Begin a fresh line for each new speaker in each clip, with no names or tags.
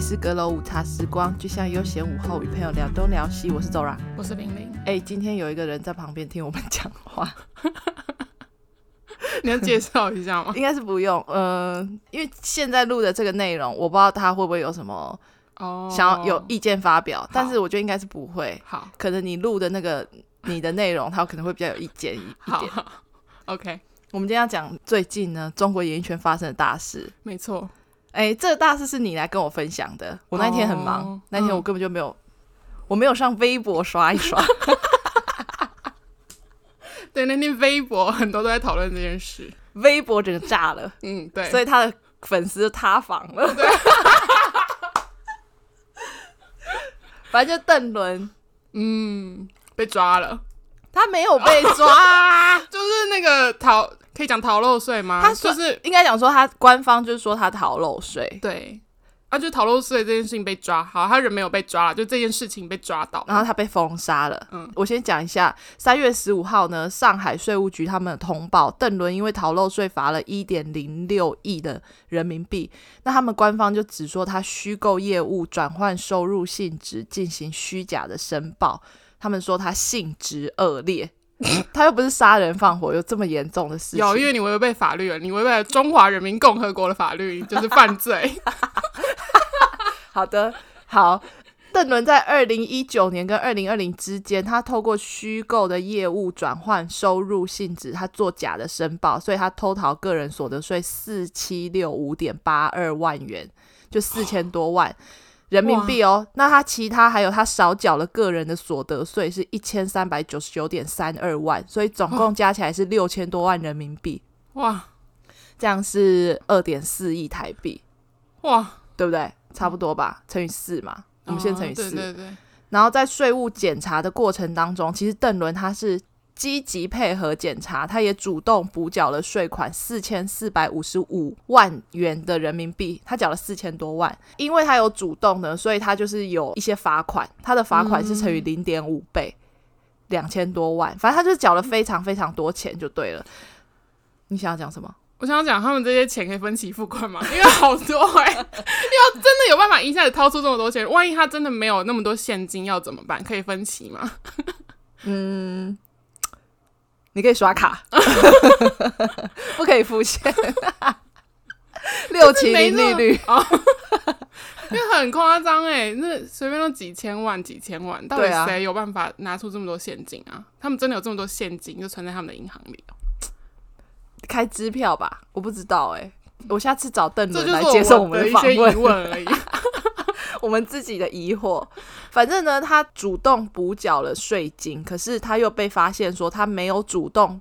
是阁楼午茶时光，就像悠闲午后与朋友聊东聊西。我是 Zora。
我是玲玲，
哎、今天有一个人在旁边听我们讲 话，
你要介绍 一下吗？
应该是不用。嗯、因为现在录的这个内容，我不知道他会不会有什么
哦，
想要有意见发表，但是我觉得应该是不会。
好
可能你录的那个你的内容，他可能会比较有意见一一
好
点。
好，OK，
我们今天要讲最近呢，中国演艺圈发生的大事。
没错，
哎、这个大事是你来跟我分享的。我那天很忙，
哦
那天我根本就没有，我没有上微博刷一 刷。
对，那天微博很多都在讨论这件事，
微博整个炸了，
嗯，对，
所以他的粉丝就塌房了。 反正就邓伦，
嗯，被抓了，啊
他没有被抓，
就是那个逃，可以讲逃漏税吗？
他说
就是
应该讲说他官方就是说他逃漏税，
对，啊，就逃漏税这件事情被抓，好，他人没有被抓，就这件事情被抓到，
然后他被封杀了。
嗯
我先讲一下，三月十五号呢，上海税务局他们通报，邓伦因为逃漏税罚了一点零六亿的人民币。那他们官方就指说他虚构业务转换收入性质进行虚假的申报，他们说他性质恶劣， 他又不是杀人放火，有这么严重的事情？
有，因为你违背法律了，你违背了中华人民共和国的法律，就是 犯罪。
好的，好。邓伦在二零一九年跟二零二零之间，他透过虚构的业务转换收入性质，他做假的申报，所以他偷逃个人所得税四七六五点八二万元，就四千多万人民币哦。那他其他还有他少缴了个人的所得税是一千三百九十九点三二万，所以总共加起来是六千多万人民币，
哇
这样是二点四亿台币，
哇，
对不对？差不多吧，乘以四嘛，我们先乘以
嗯哦
四、
对对对，
然后在税务检查的过程当中，其实邓伦他是积极配合检查，他也主动补缴了税款四千四百五十五万元的人民币，他缴了四千多万，因为他有主动呢，所以他就是有一些罚款，他的罚款是乘
嗯
以零点五倍，两千多万，反正他就是缴了非常非常多钱就对了。你想要讲什么？
我想讲他们这些钱可以分期付款嘛， 因为好多哎、要真的有办法一下子掏出这么多钱，万一他真的没有那么多现金要怎么办？可以分期吗？
嗯，你可以刷 卡，不可以付现。六七零利率，
因为很夸张哎，那随便都几千万、几千万，到
对啊
底谁有办法拿出这么多现金啊？他们真的有这么多现金就存在他们的银行里 哦、
开支票吧？我不知道哎、我下次找邓
这
伦
就
来
是
接受我
我
们
的
的
一
访
些疑
问，
问而已。
我们自己的疑惑。反正呢，他主动补缴了税金，可是他又被发现说他没有主动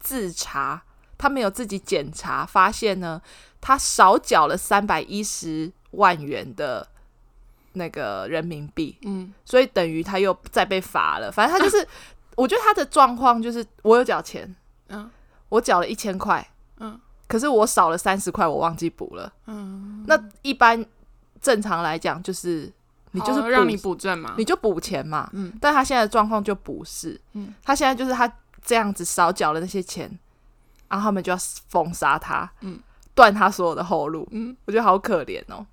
自查，他没有自己检查，发现呢，他少缴了三百一十万元的那个人民币。
嗯，
所以等于他又再被罚了。反正他就是， 我觉得他的状况就是，我有缴钱，
嗯
我缴了一千块，
嗯，
可是我少了三十块，我忘记补了，嗯。那一般正常来讲，就是你就是
好
补
让你补正嘛
你。就补钱嘛，
嗯，
但他现在的状况就不是，
嗯，
他现在就是他这样子少缴了那些钱，然后他们就要封杀他，
嗯，
断他所有的后路，
嗯，
我觉得好可怜 哦。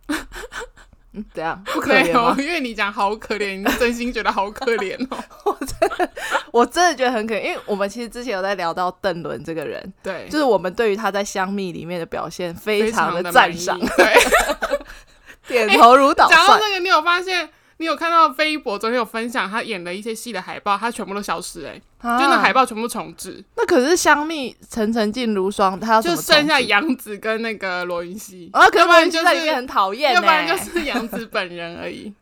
嗯，怎样？不可
没
怜吗
有，？因为你讲好可怜，你是真心觉得好可怜哦。
我真的觉得很可怜，因为我们其实之前有在聊到邓伦这个人，
对，
就是我 们对于他在《香蜜》里面的表现非
非
常
常
的
地
赞
满意
赏，
对，
点头如捣
讲到
蒜。
这个，你有发现？你有看到微博昨天有分享他演了一些戏的海报，他全部都消失哎、欸，
啊
就那海报全部重置，
那可是《香蜜》层层烬如霜，他要啊怎
就
么
剩下
重置
杨紫跟那个罗云熙，
啊，可是
要不
我
然
就
就是
在里面很讨厌、欸，
要不然就是杨紫本人而已。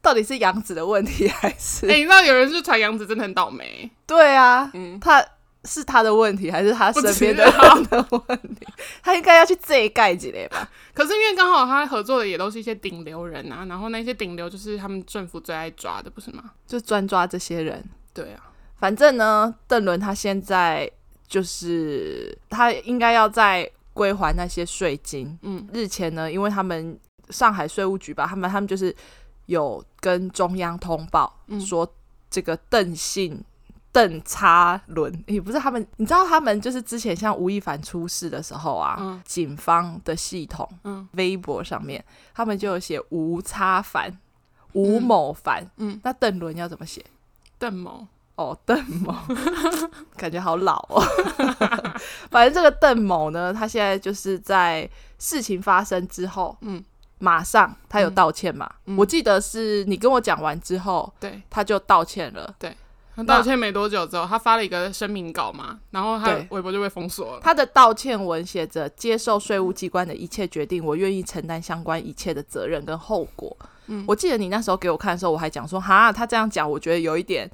到底是杨紫的问题 还 是？
哎、你知道有人是传杨紫真的很倒霉，
对啊，
嗯，
他是他的问题还是他身边的
不知道
人的问题？ 他应该要去这一盖几类吧？
可是因为刚好他合作的也都是一些顶流人啊，然后那些顶流就是他们政府最爱抓的，不是吗？
就专抓这些人。
对啊，
反正呢，邓伦他现在就是他应该要再归还那些税金。
嗯
日前呢，因为他们上海税务局吧，他们他们就是有跟中央通报
嗯
说，这个邓姓邓差伦，也不是他们，你知道他们就是之前像吴亦凡出事的时候啊，
嗯
警方的系统，
嗯
微博上面他们就有写吴差凡、吴某凡，
嗯
那邓伦要怎么写？
邓某，
哦，邓某， 感觉好老哦。 反正这个邓某呢，他现在就是在事情发生之后，
嗯，
马上他有道歉嘛？
嗯
我记得是你跟我讲完之后，
对。
他就道歉了。
他道歉没多久之后，他发了一个声明稿嘛，然后他
对
微博就被封锁了。
他的道歉文写着：“接受税务机关的一切决定，我愿意承担相关一切的责任跟后果。”
嗯
我记得你那时候给我看的时候，我还讲说：“哈，他这样讲，我觉得有一点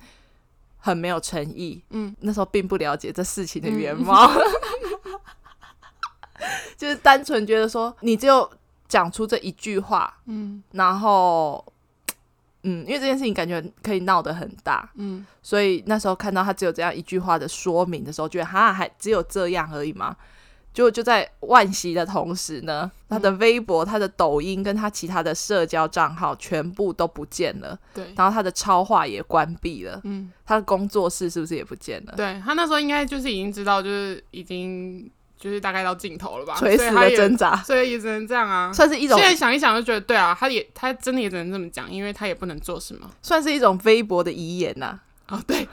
很没有诚意。”
嗯，
那时候并不了解这事情的原貌，
嗯
就是单纯觉得说，你只有讲出这一句话，
嗯
然后，嗯，因为这件事情感觉可以闹得很大，
嗯，
所以那时候看到他只有这样一句话的说明的时候，觉得哈，还只有这样而已吗？结果就在惋惜的同时呢，
嗯
他的微博、他的抖音跟他其他的社交账号全部都不见了，
对，
然后他的超话也关闭了，
嗯，
他的工作室是不是也不见了？
对他那时候应该就是已经知道，就是已经就是大概到尽头了吧，所
垂
以
死
他
的
也
挣扎，
啊所以也只能这样啊。
算是一
现
种
在想一想就觉得，对啊，他也他真的也只能这么讲，因为他也不能做什么。
算是一种微博的遗言呐、
哦，对，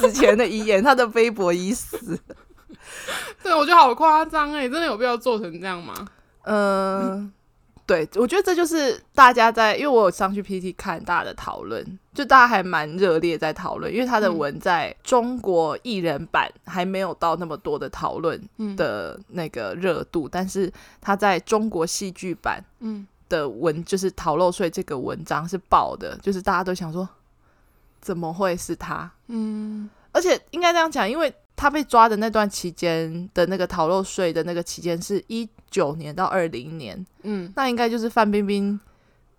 死前的遗言，他的微博已死。
对，我觉得好夸张哎，真的有必要做成这样吗？
嗯，对，我觉得这就是大家在，因为我有上去 PT 看大家的讨论，就大家还蛮热烈在讨论，因为他的
嗯
文在中国艺人版还没有到那么多的讨论
嗯
的那个热度，但是他在中国戏剧版
嗯，
的文就是《逃漏税》这个文章是爆的，就是大家都想说，怎么会是他？
嗯，
而且应该这样讲，因为他被抓的那段期间的那个逃漏税的那个期间是一九年到二零年，
嗯，
那应该就是范冰冰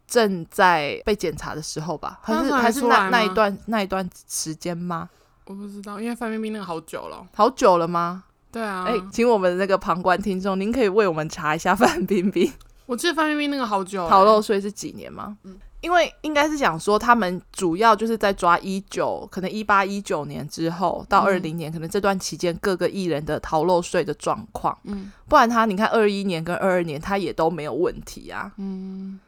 正在被检查的时候吧？还是
她还
还是
出来
那
吗
那一段那一段时间吗？
我不知道，因为范冰冰那个好久了。
好久了吗？
对啊，
哎、请我们的那个旁观听众，您可以为我们查一下范冰 冰
我记得范冰冰那个好久、欸
逃漏税是几年吗？
嗯
因为应该是讲说，他们主要就是在抓一九，可能一八一九年之后到二
嗯
零年，可能这段期间各个艺人的逃漏税的状况。
嗯
不然他，你看二一年跟二二年，他也都没有问题啊。
嗯，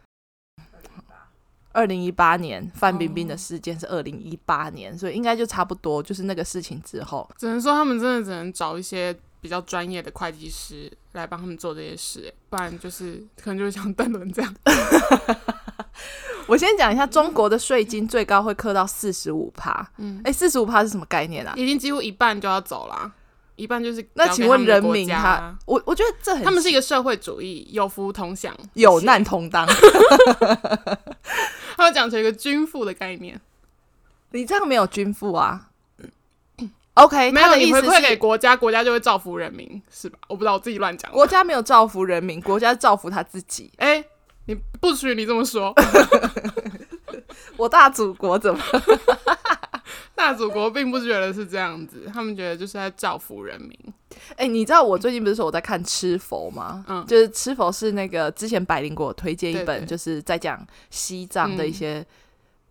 二零一八年范冰冰的事
哦
件是二零一八年，所以应该就差不多，就是那个事情之后。
只能说他们真的只能找一些比较专业的会计师来帮他们做这些事、哎不然就是可能就会像邓伦这样。
我先讲一下中国的税金最高会扣到四十五趴，
嗯，
哎，四十五趴是什么概念啊？
已经几乎一半就要走啦，一半就是
那
交给
请问
他们的
人
国
民
家
他，我我觉得这很
他们是一个社会主义，有福同享，
有难同 当。
他们讲成一个均富的概念，
你这样没有均富啊？OK，
没
他
有
的
你
意
回
思
馈给
是
国家，国家就会造福人民，是吧？我不知道，我自己乱讲的。
国家没有造福人民，国家造福他自己。
哎、你不许你这么说，
我大祖国怎么？
大祖国并不觉得是这样子，他们觉得就是在造福人民。
哎、你知道我最近不是说我在看《吃佛》吗？
嗯
就是《吃佛》是那个之前百灵给我推荐一
对嗯
本，
对
就是在讲西藏的一些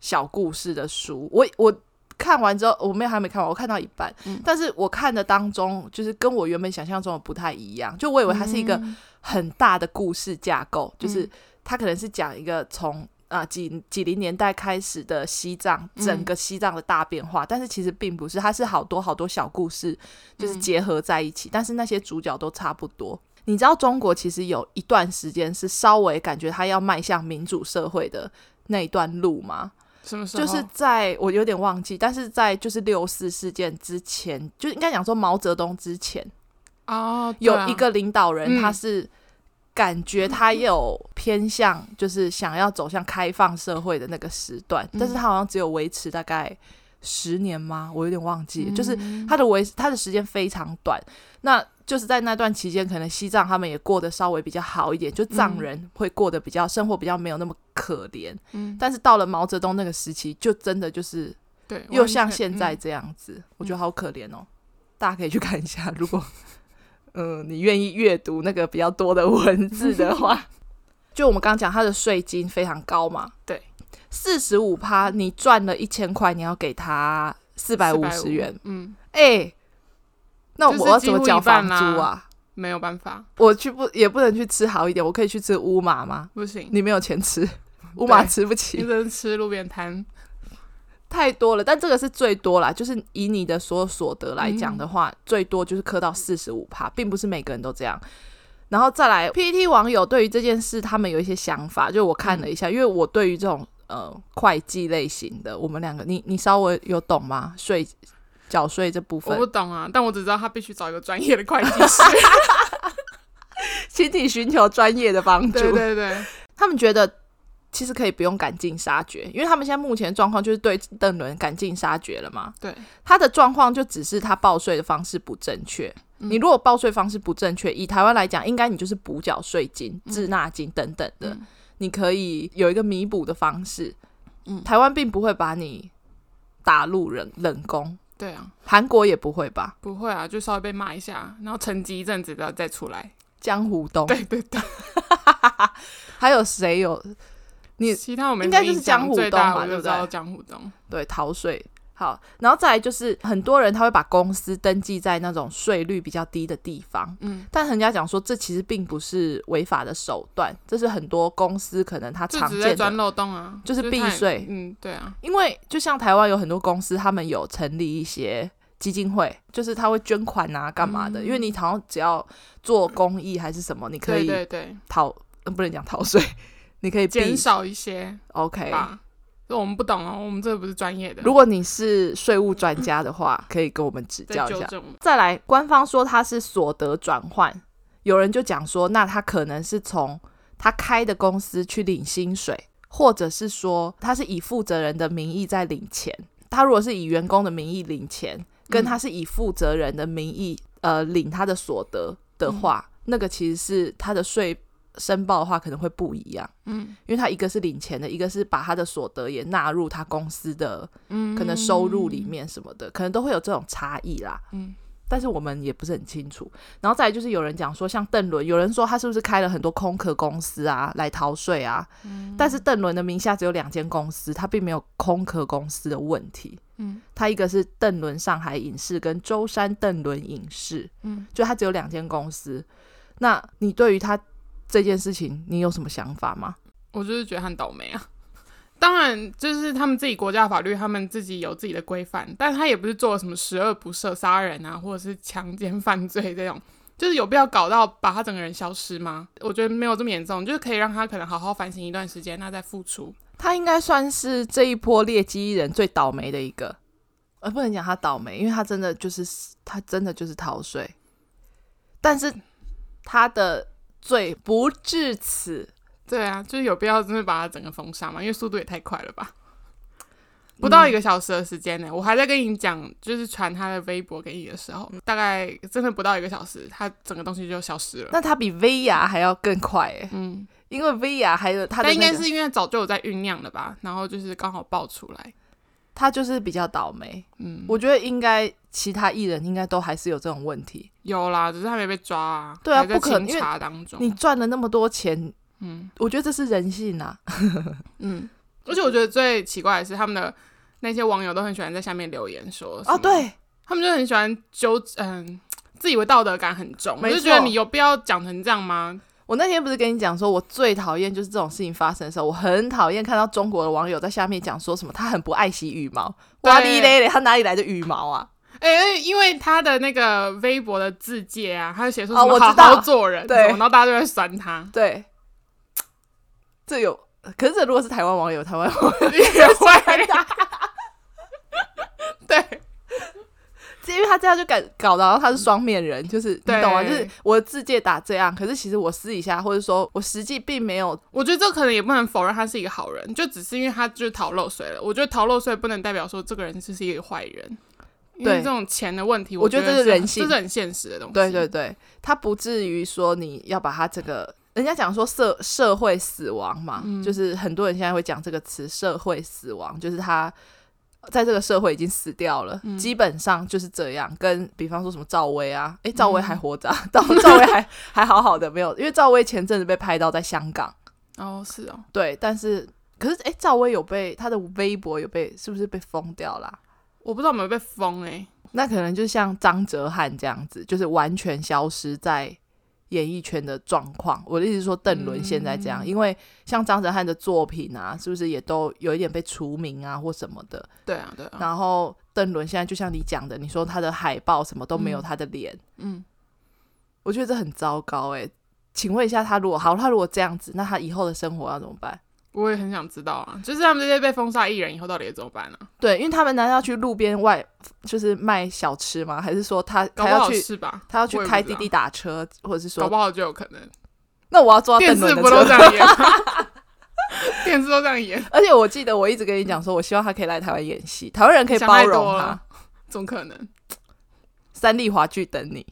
小故事的书。我我看完之后，我没有还没看完，我看到一半，
嗯
但是我看的当中，就是跟我原本想象中的不太一样。就我以为它是一个
嗯
很大的故事架构，就是
嗯
它可能是讲一个从。啊、几几零年代开始的西藏，
嗯
整个西藏的大变化，但是其实并不是，它是好多好多小故事，就是
嗯
结合在一起，但是那些主角都差不多。你知道中国其实有一段时间是稍微感觉它要迈向民主社会的那一段路吗？
什么时候？
就是在我有点忘记，但是在就是六四事件之前，就应该讲说毛泽东之前
哦，对
有
啊
一个领导人，
嗯
他是感觉他有偏向，就是想要走向开放社会的那个时段，
嗯
但是他好像只有维持大概十年吗？我有点忘记，就是
嗯
他的维他的时间非常短，那就是在那段期间，可能西藏他们也过得稍微比较好一点，就藏人会过得比较生活比较没有那么可怜。
嗯，
但是到了毛泽东那个时期，就真的就是
对，
又
完
像
全
现在
嗯
这样子，我觉得好可怜哦。大家可以去看一下，如果嗯你愿意阅读那个比较多的文字的话， 就我们刚刚讲，他的税金非常高嘛，
对，
四十五趴，你赚了一千块，你要给他四百五十元。
嗯，
哎、那
就是
我要怎么缴房租
几乎一半
啊？
没有办法，
我去不也不能去吃好一点，我可以去吃乌马吗？
不行，
你没有钱 吃，乌马
对
吃不
你只
起，
能吃路边摊。
太多了。但这个是最多啦，就是以你的所有所得来讲
嗯
的话，最多就是磕到四十五趴，并不是每个人都这样。然后再来，PPT 网友对于这件事，他们有一些想法，就我看了一
嗯
下，因为我对于这种呃会计类型的，我们两个，你你稍微有懂吗？税缴税这部
我
分
不，懂啊，但我只知道他必须找一个专业的会计 师。
请你寻求专业的帮助。
对对对，
他们觉得其实可以不用赶尽杀绝，因为他们现在目前的状况就是对邓伦赶尽杀绝了嘛。
对，
他的状况就只是他报税的方式不正确。
嗯
你如果报税方式不正确，以台湾来讲，应该你就是补缴税金、滞纳金等等的，
嗯
你可以有一个弥补的方式。
嗯
台湾并不会把你打入冷冷宫，
对啊，
韩国也不会吧？
不会啊，就稍微被骂一下，然后沉寂一阵子，然后再出 来。
江湖东
对对对，
还有谁有你
其他我们
应该就是江湖
最大
东吧
我就
对不
知道
对
江湖东。
对，逃税。好，然后再来就是很多人他会把公司登记在那种税率比较低的地方，
嗯，
但人家讲说这其实并不是违法的手段，这是很多公司可能他
就
常
只在
见
钻
的，
漏洞啊，
就是避
他也
税
嗯，对啊，
因为就像台湾有很多公司，他们有成立一些基金会，就是他会捐款啊干嘛
嗯
的，因为你好像只要做公益还是什么，你可
对
以
对对，
逃，呃不能讲逃税，你可以避
减少一些
OK。
吧。我们不懂哦，我们这个不是专业的，
如果你是税务专家的话，可以跟我们指
再
教一
纠
下。
正我们。
再来，官方说它是所得转换，有人就讲说，那他可能是从他开的公司去领薪水，或者是说他是以负责人的名义在领钱。他如果是以员工的名义领钱，跟他是以负责人的名义呃领他的所得的话，那个其实是他的税申报的话可能会不一样，
嗯
因为他一个是领钱的，一个是把他的所得也纳入他公司的
嗯，
可能收入里面什么的，可能都会有这种差异啦。
嗯，
但是我们也不是很清楚。然后再来就是有人讲说，像邓伦，有人说他是不是开了很多空壳公司啊，来逃税啊？
嗯
但是邓伦的名下只有两间公司，他并没有空壳公司的问题。
嗯，
他一个是邓伦上海影视跟舟山邓伦影视，
嗯，
就他只有两间公司。那你对于他这件事情，你有什么想法吗？
我就是觉得他很倒霉啊。当然，就是他们自己国家法律，他们自己有自己的规范，但他也不是做了什么十恶不赦、杀人啊，或者是强奸犯罪这种，就是有必要搞到把他整个人消失吗？我觉得没有这么严重，就是可以让他可能好好反省一段时间，那再付出。
他应该算是这一波劣迹艺人最倒霉的一个，呃，不能讲他倒霉，因为他真的就是他真的就是逃税，但是他的罪不至此，
对啊，就是有必要真的把他整个封杀吗？因为速度也太快了吧，不
嗯
到一个小时的时间呢、我还在跟你讲，就是传他的微博给你的时候，大概真的不到一个小时，他整个东西就消失了。
嗯那他比薇娅还要更快诶，
嗯，
因为薇娅还有他的、那
但应该
个
是因为早就有在酝酿了吧，然后就是刚好爆出来。
他就是比较倒霉，
嗯，
我觉得应该其他艺人应该都还是有这种问题，
有啦，只是还没被抓啊。
对啊
还在
不可能
清查当中。啊
你赚了那么多钱，
嗯
我觉得这是人性啊，
嗯，而且我觉得最奇怪的是，他们的那些网友都很喜欢在下面留言说
啊，，对，
他们就很喜欢纠嗯。自以为道德感很重，我
没
就觉得
错
你有必要讲成这样吗？
我那天不是跟你讲说，我最讨厌就是这种事情发生的时候，我很讨厌看到中国的网友在下面讲说什么他很不爱惜羽毛，
对
哇哩嘞嘞，他哪里来的羽毛啊？
哎、因为他的那个微博的字界啊，他就写说
哦
什么
我
好
知道
好做人，
对，
什么然后大家就在酸他
对，这有，可是这如果是台湾网友，台湾网友
也会 对，
因为他这样就搞搞到他是双面人，就是你
对
懂吗？就是我的字界打这样，可是其实我私底下或者说我实际并没有
我觉得这可能也不能否认他是一个好人，就只是因为他就是逃漏税了。我觉得逃漏税不能代表说这个人就是一个坏人，因为
对
这种钱的问题，
我
觉
觉得这
是
是人性
这是很现实的东西。
对对对，他不至于说你要把他这个，人家讲说社社会死亡嘛，
嗯
就是很多人现在会讲这个词，社会死亡，就是他在这个社会已经死掉了，
嗯
基本上就是这样。跟比方说什么赵薇啊，诶，赵薇还
嗯
活着、啊，赵、赵薇还还好好的，没有，因为赵薇前阵子被拍到在香港，
哦，是哦，
对，但是可是诶，赵薇有被她的微博有被是不是被封掉啦、啊
我不知道有没有被封哎、
那可能就像张哲瀚这样子，就是完全消失在演艺圈的状况。我的意思是说，邓伦现在这样，
嗯
因为像张哲瀚的作品啊，是不是也都有一点被除名啊或什么的？
对啊，对啊，
然后邓伦现在就像你讲的，你说他的海报什么都没有
嗯
他的脸，
嗯，
我觉得这很糟糕哎、请问一下，他如果好，他如果这样子，那他以后的生活要怎么办？
我也很想知道啊，就是他们这些被封杀艺人以后到底要怎么办呢、啊？
对，因为他们难道要去路边外就是卖小吃吗？还是说他他
搞不
要
好
去
是吧？
他要去
我也不
开
知
滴
道
滴打车，或者是
搞
说
不好就有可能。
那我要坐到
电
邓伦
视
的
不都这
车？
样演吗？电视都这样演，
而且我记得我一直跟你讲说，我希望他可以来台湾演戏，台湾人可以
想
包
太
容
多
他
了。，怎么可能？
三立华剧等你，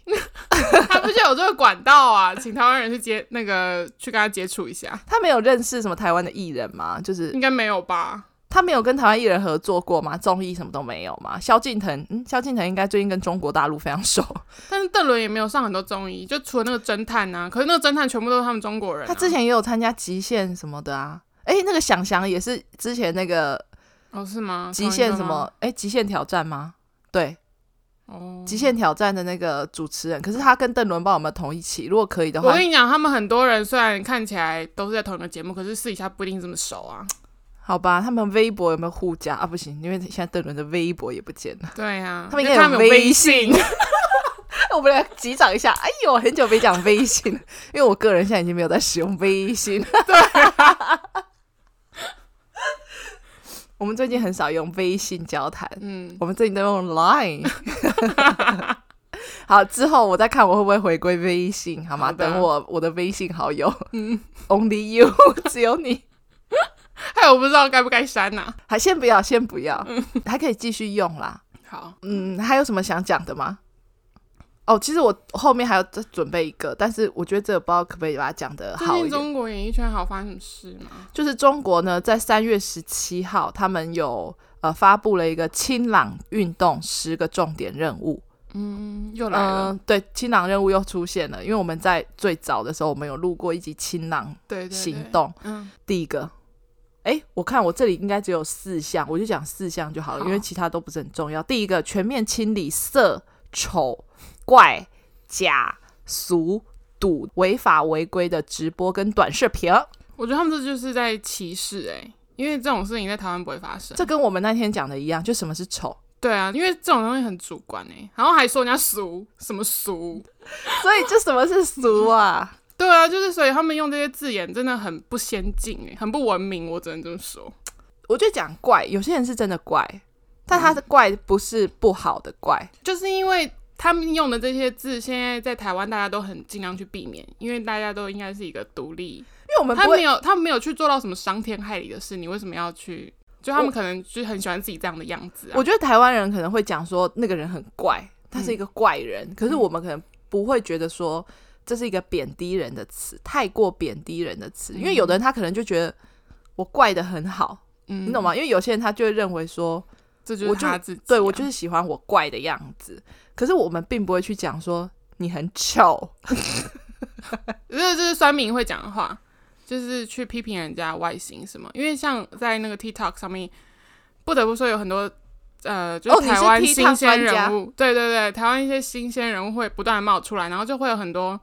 他不是有这个管道啊，请台湾人去接那个去跟他接触一下，
他没有认识什么台湾的艺人吗？就是
应该没有吧？
他没有跟台湾艺人合作过吗？综艺什么都没有吗？萧敬腾，嗯，萧敬腾应该最近跟中国大陆非常熟。
但是邓伦也没有上很多综艺，就除了那个侦探啊，可是那个侦探全部都是他们中国人、啊。
他之前也有参加《极限》什么的啊。诶，那个想翔也是之前那个
哦是吗？
《极限》
同一
什
个吗
么？诶，极限挑战》吗？对，
哦
《极限挑战》的那个主持人，可是他跟邓伦不知道有没有同一期？如果可以的
我
话，
跟你讲，他们很多人虽然看起来都是在同一个节目，可是私底下不一定这么熟啊。
好吧，他们微博有没有互加啊？不行，因为现在邓伦的微博也不见了。
对啊，
他们应
就
该
看
有
有微
微信我们俩击掌一下，哎呦，很久没讲微信 了，因为我个人现在已经没有在使用微信。 对、啊我们最近很少用微信交谈，
嗯，
我们最近都用 Line。好，之后我再看我会不会回归微信，好吗？
好的
等我我的微信好友，only you，只有你。
害我不知道该不该删啊呐、
还先不要，先不要，还可以继续用啦。
好，
嗯，还有什么想讲的吗？哦，其实我后面还要再准备一个，但是我觉得这个不知道可不可以把它讲的
最
好一
近
点。
中国演艺圈好发生什么事吗？
就是中国呢，在三月十七号，他们有呃发布了一个清朗运动十个重点任务。
嗯，又
嗯、
来了，
对，清朗任务又出现了，因为我们在最早的时候，我们有录过一集清朗
对对对，
行动。
嗯，
第一个，哎，我看我这里应该只有四项，我就讲四项就好了，
好
因为其他都不是很重要。第一个，全面清理色、丑、怪、假、俗、赌、违法违规的直播跟短视频，
我觉得他们这就是在歧视哎、因为这种事情在台湾不会发生。
这跟我们那天讲的一样，就什么是丑。
对啊，因为这种东西很主观哎、然后还说人家俗，什么俗？
所以就什么是俗啊？
对啊，就是所以他们用这些字眼真的很不先进哎、很不文明，我只能这么说。
我就讲怪，有些人是真的怪，但他的怪不是不好的怪，
就是因为他们用的这些字，现在在台湾大家都很尽量去避免，因为大家都应该是一个独立，
因为我们
他
不
没
会，
有他没有去做到什么伤天害理的事，你为什么要去？就他们可能就是很喜欢自己这样的样子啊
我。觉得台湾人可能会讲说那个人很怪，他是一个怪人，
嗯
可是我们可能不会觉得说这是一个贬低人的词，太过贬低人的词，因为有的人他可能就觉得我怪的很好，
嗯
你懂？吗？因为有些人他就会认为说，
这就
我
是
就
他自己啊、
对我就是喜欢我怪的样子，可是我们并不会去讲说你很丑，
这这是酸民会讲的话，就是去批评人家外形什么。因为像在那个 TikTok 上面，不得不说有很多呃，就
哦你是
台湾
TikTok
新鲜
专家
人物，对对对，台湾一些新鲜人物会不断地冒出来，然后就会有很多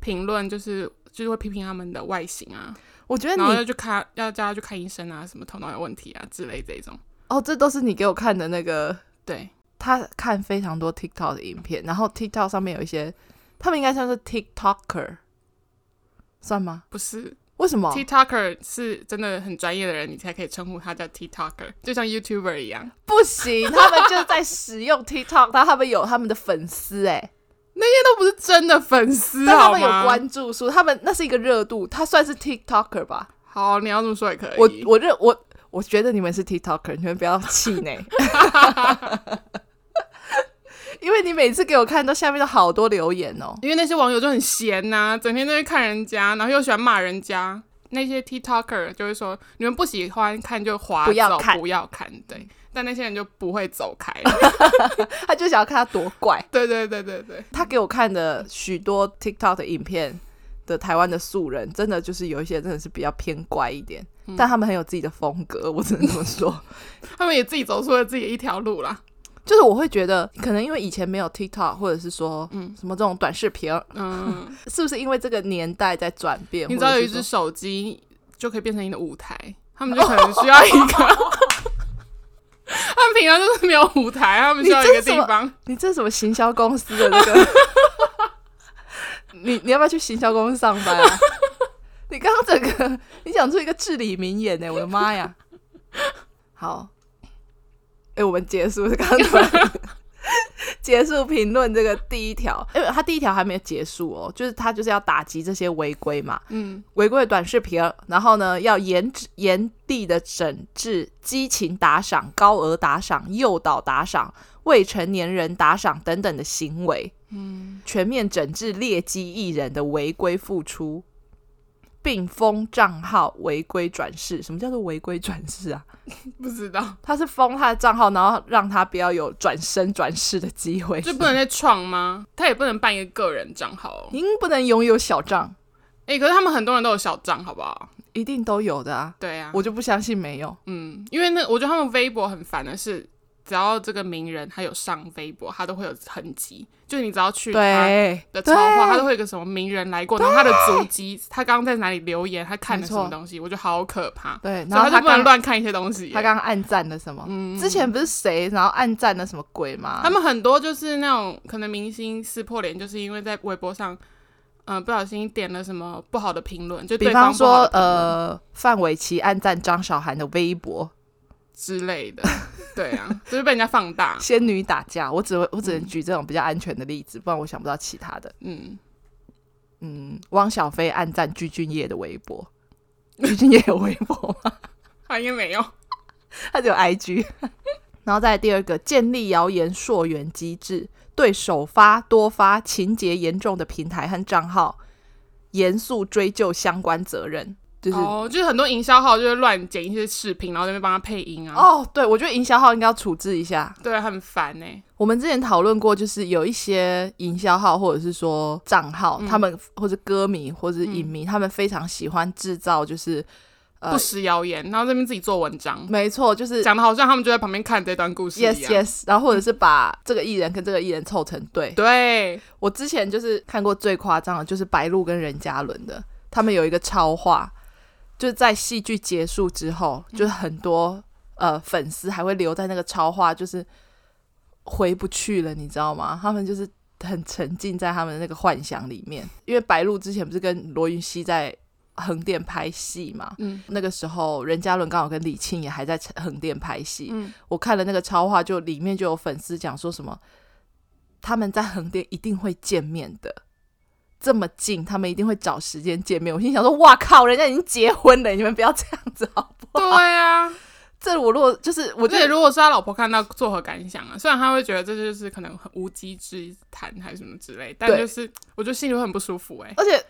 评论，就是就是会批评他们的外形啊，
我觉得
然后
你
要去看要叫他去看医生啊，什么头脑有问题啊之类这种。
哦，这都是你给我看的那个，
对，
他看非常多 TikTok 的影片，然后 TikTok 上面有一些，他们应该算是 TikToker，算吗？
不是
为什
哦
么？
TikToker 是真的很专业的人，你才可以称呼他叫 TikToker，就像 YouTuber 一样。
不行，他们就是在使用 TikTok，但他 们有他们的粉丝哎、
那都不是真的粉丝，
但他
好
们有
吗？
关注数，他们那是一个热度，他算是 TikToker 吧？
好，你要这么说也可以。
我我认我我觉得你们是 TikToker，你们不要气 馁，因为你每次给我看到下面都好多留言哦。
因为那些网友就很闲呐、整天都会看人家，然后又喜欢骂人家。那些 TikToker 就会说，你们不喜欢看就划走，
不要看
不要看，对。但那些人就不会走开。
他就想要看他多怪。
对对对对对，
他给我看的许多 TikTok 的影片的台湾的素人，真的就是有一些真的是比较偏怪一点，但他们很有自己的风格，我只能这么说。
他们也自己走出了自己的一条路啦。
就是我会觉得，可能因为以前没有 TikTok，或者是说
嗯
什么这种短视频，
嗯，
是不是因为这个年代在转变？
你只
或
要
者
有
是
一
说
只手机，就可以变成你的舞台。他们就可能需要一个， 他们平常就是没有舞台，他们需要
你
一个
这是什
地
么
方。
你这是什么行销公司的那个？ 你你要不要去行销公司上班啊？ 你刚刚整个你讲出一个至理名言呢、我的妈呀！好，哎、我们结束刚刚突然结束评论这个第一条，因为他第一条还没有结束哦，就是他就是要打击这些违规嘛，
嗯，
违规的短视频，然后呢，要严治严厉的整治激情打赏、高额打赏、诱导打赏、未成年人打赏等等的行为，嗯，全面整治劣迹艺人的违规付出，并封账号违规转世。什么叫做违规转世啊？
不知道，
他是封他的账号，然后让他不要有转身转世的机会，
就不能再创吗？他也不能办一个个人账号、哦。
您不能拥有小账，
哎、可是他们很多人都有小账，好不好？
一定都有的啊！
对啊，
我就不相信没有。
嗯，因为那我觉得他们微博很烦的是，只要这个名人他有上微博，他都会有痕迹。就是你只要去他
对
的
对
超话，他都会有一个什么名人来过，然后他的足迹，他刚刚在哪里留言，他看了
没
什
错
么东西，我觉得好可怕。
对，
所
然
以
后
他就不能
刚
乱看一些东西。
他刚刚暗赞了什么？之前不是谁，然后暗赞了什么鬼吗？
嗯他们很多就是那种可能明星撕破脸，就是因为在微博上，嗯、不小心点了什么不好的评论，就
比
对
方
方不好
说
的评论
呃，范玮琪暗赞张韶涵的微博
之类的，对啊，就是被人家放大
“仙女打架”，我只会我只能举这种比较安全的例子，不然我想不到其他的。
嗯，
嗯，汪小菲暗赞鞠婧祎的微 博，鞠婧祎有微博吗？
啊他应该没有，
他只有 IG。然 后再来第二个，建立谣言溯源机制，对首发、多发、情节严重的平台和账号严肃追究相关责任，就是
哦，就是很多营销号就会乱剪一些视频，然后在那边帮他配音啊，
哦，对，我觉得营销号应该要处置一下。
对，很烦呢、欸
我们之前讨论过，就是有一些营销号或者是说账号，
嗯
他们或者歌迷或者影迷，他们非常喜欢制造，就是呃
不实谣言，然后这边自己做文章，
没错，就是
讲的好像他们就在旁边看这段故事一样
yes yes，然后或者是把这个艺人跟这个艺人凑成对。
对，
我之前就是看过最夸张的，就是白鹿跟任嘉伦的，他们有一个超话，就是在戏剧结束之后，就是很多呃粉丝还会留在那个超话，就是回不去了，你知道吗？他们就是很沉浸在他们的那个幻想里面，因为白鹿之前不是跟罗云熙在。横店拍戏嘛，
嗯
那个时候任嘉伦刚好跟李沁也还在横店拍戏，
嗯，
我看了那个超话，就里面就有粉丝讲说什么，他们在横店一定会见面的，这么近，他们一定会找时间见面。我心想说，哇靠，人家已经结婚了，你们不要这样子好不
对
好？
啊，
这我如果就是我
我
就
觉得如果是他老婆看到，作何感想啊？虽然他会觉得这就是可能很无稽之谈还是什么之类，但
对
就是我觉得心里会很不舒服哎、
而且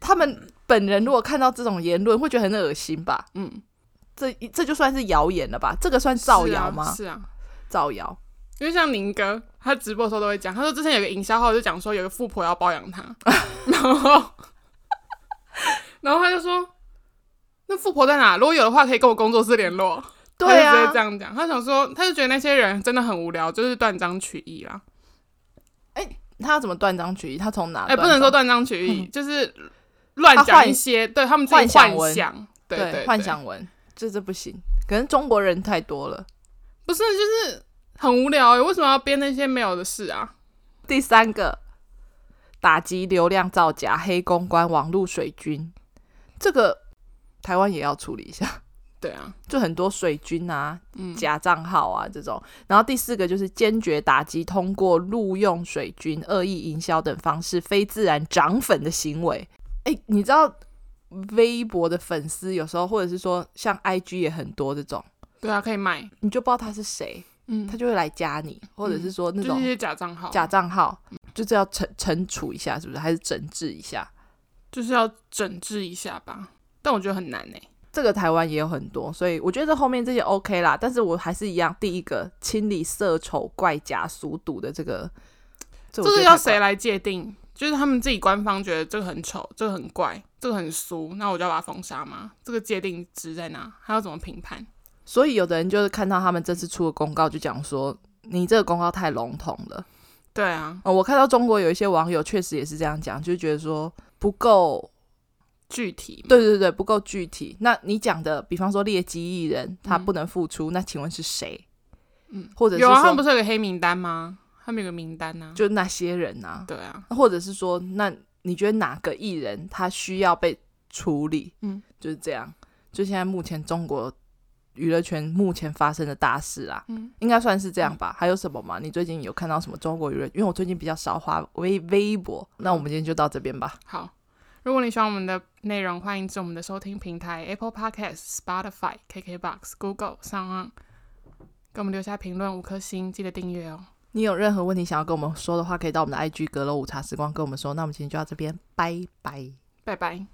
他们本人如果看到这种言论，会觉得很恶心吧？
嗯，
这这就算是谣言了吧？这个算造谣吗？
是啊？是啊，
造谣。
因为像宁哥，他直播的时候都会讲，他说之前有个营销号就讲说有个富婆要包 养他，然后，然后他就说，那富婆在哪？如果有的话，可以跟我工作室联络。
对
他就直接
啊
这，样讲。他想说，他就觉得那些人真的很无聊，就是断章取义啦。
他要怎么断章取义？他从哪？
哎、不能说断章
嗯
取义，就是乱
他
讲
幻
一些，对他们自己
幻想文
想，对对，
幻想文，这这不行。可能中国人太多了。
不是就是很无聊、欸，为什么要编那些没有的事啊？
第三个，打击流量造假、黑公关、网络水军，这个台湾也要处理一下，
对啊，
就很多水军啊、
嗯，
假账号啊这种。然后第四个就是坚决打击通过录用水军、恶意营销等方式非自然涨粉的行为。诶，你知道微博的粉丝有时候，或者是说像 IG 也很多这种，
对啊，可以卖，
你就不知道他是谁，
嗯，
他就会来加你，或者是说那
就
种
是一些假账号，
假账号，就是要惩惩处一下，是不是？还是整治一下？
就是要整治一下吧。但我觉得很难呢、欸
这个台湾也有很多，所以我觉得后面这些 OK 啦。但是我还是一样，第一个清理色丑、怪假、俗赌的这个，这
这
我觉
个
得太
要
怪
谁来界定？就是他们自己官方觉得这个很丑，这个很怪，这个很俗，那我就要把它封杀吗？这个界定值在哪？还要怎么评判？
所以有的人就是看到他们这次出的公告，就讲说你这个公告太笼统了。
对啊，
哦，我看到中国有一些网友确实也是这样讲，就觉得说不够，
具体嘛
对对对，不够具体。那你讲的，比方说劣迹艺人，他不能付出，那请问是谁？
嗯，
或者是
有啊，他们
说
不是有个黑名单吗？他们有个名单呐、啊。
就那些人啊，
对啊，
或者是说，那你觉得哪个艺人他需要被处理？
嗯，
就是这样。就现在目前中国娱乐圈目前发生的大事啊，
嗯，
应该算是这样吧。还有什么吗？你最近有看到什么中国娱乐？因为我最近比较少滑微微博，那我们今天就到这边吧。
好。如果你喜欢我们的内容，欢迎至我们的收听平台 Apple Podcast、Spotify、KKBox、Google 上岸，给我们留下评论五颗星，记得订阅哦。
你有任何问题想要跟我们说的话，可以到我们的 IG 阁楼午茶时光跟我们说。那我们今天就到这边，拜拜。
拜拜。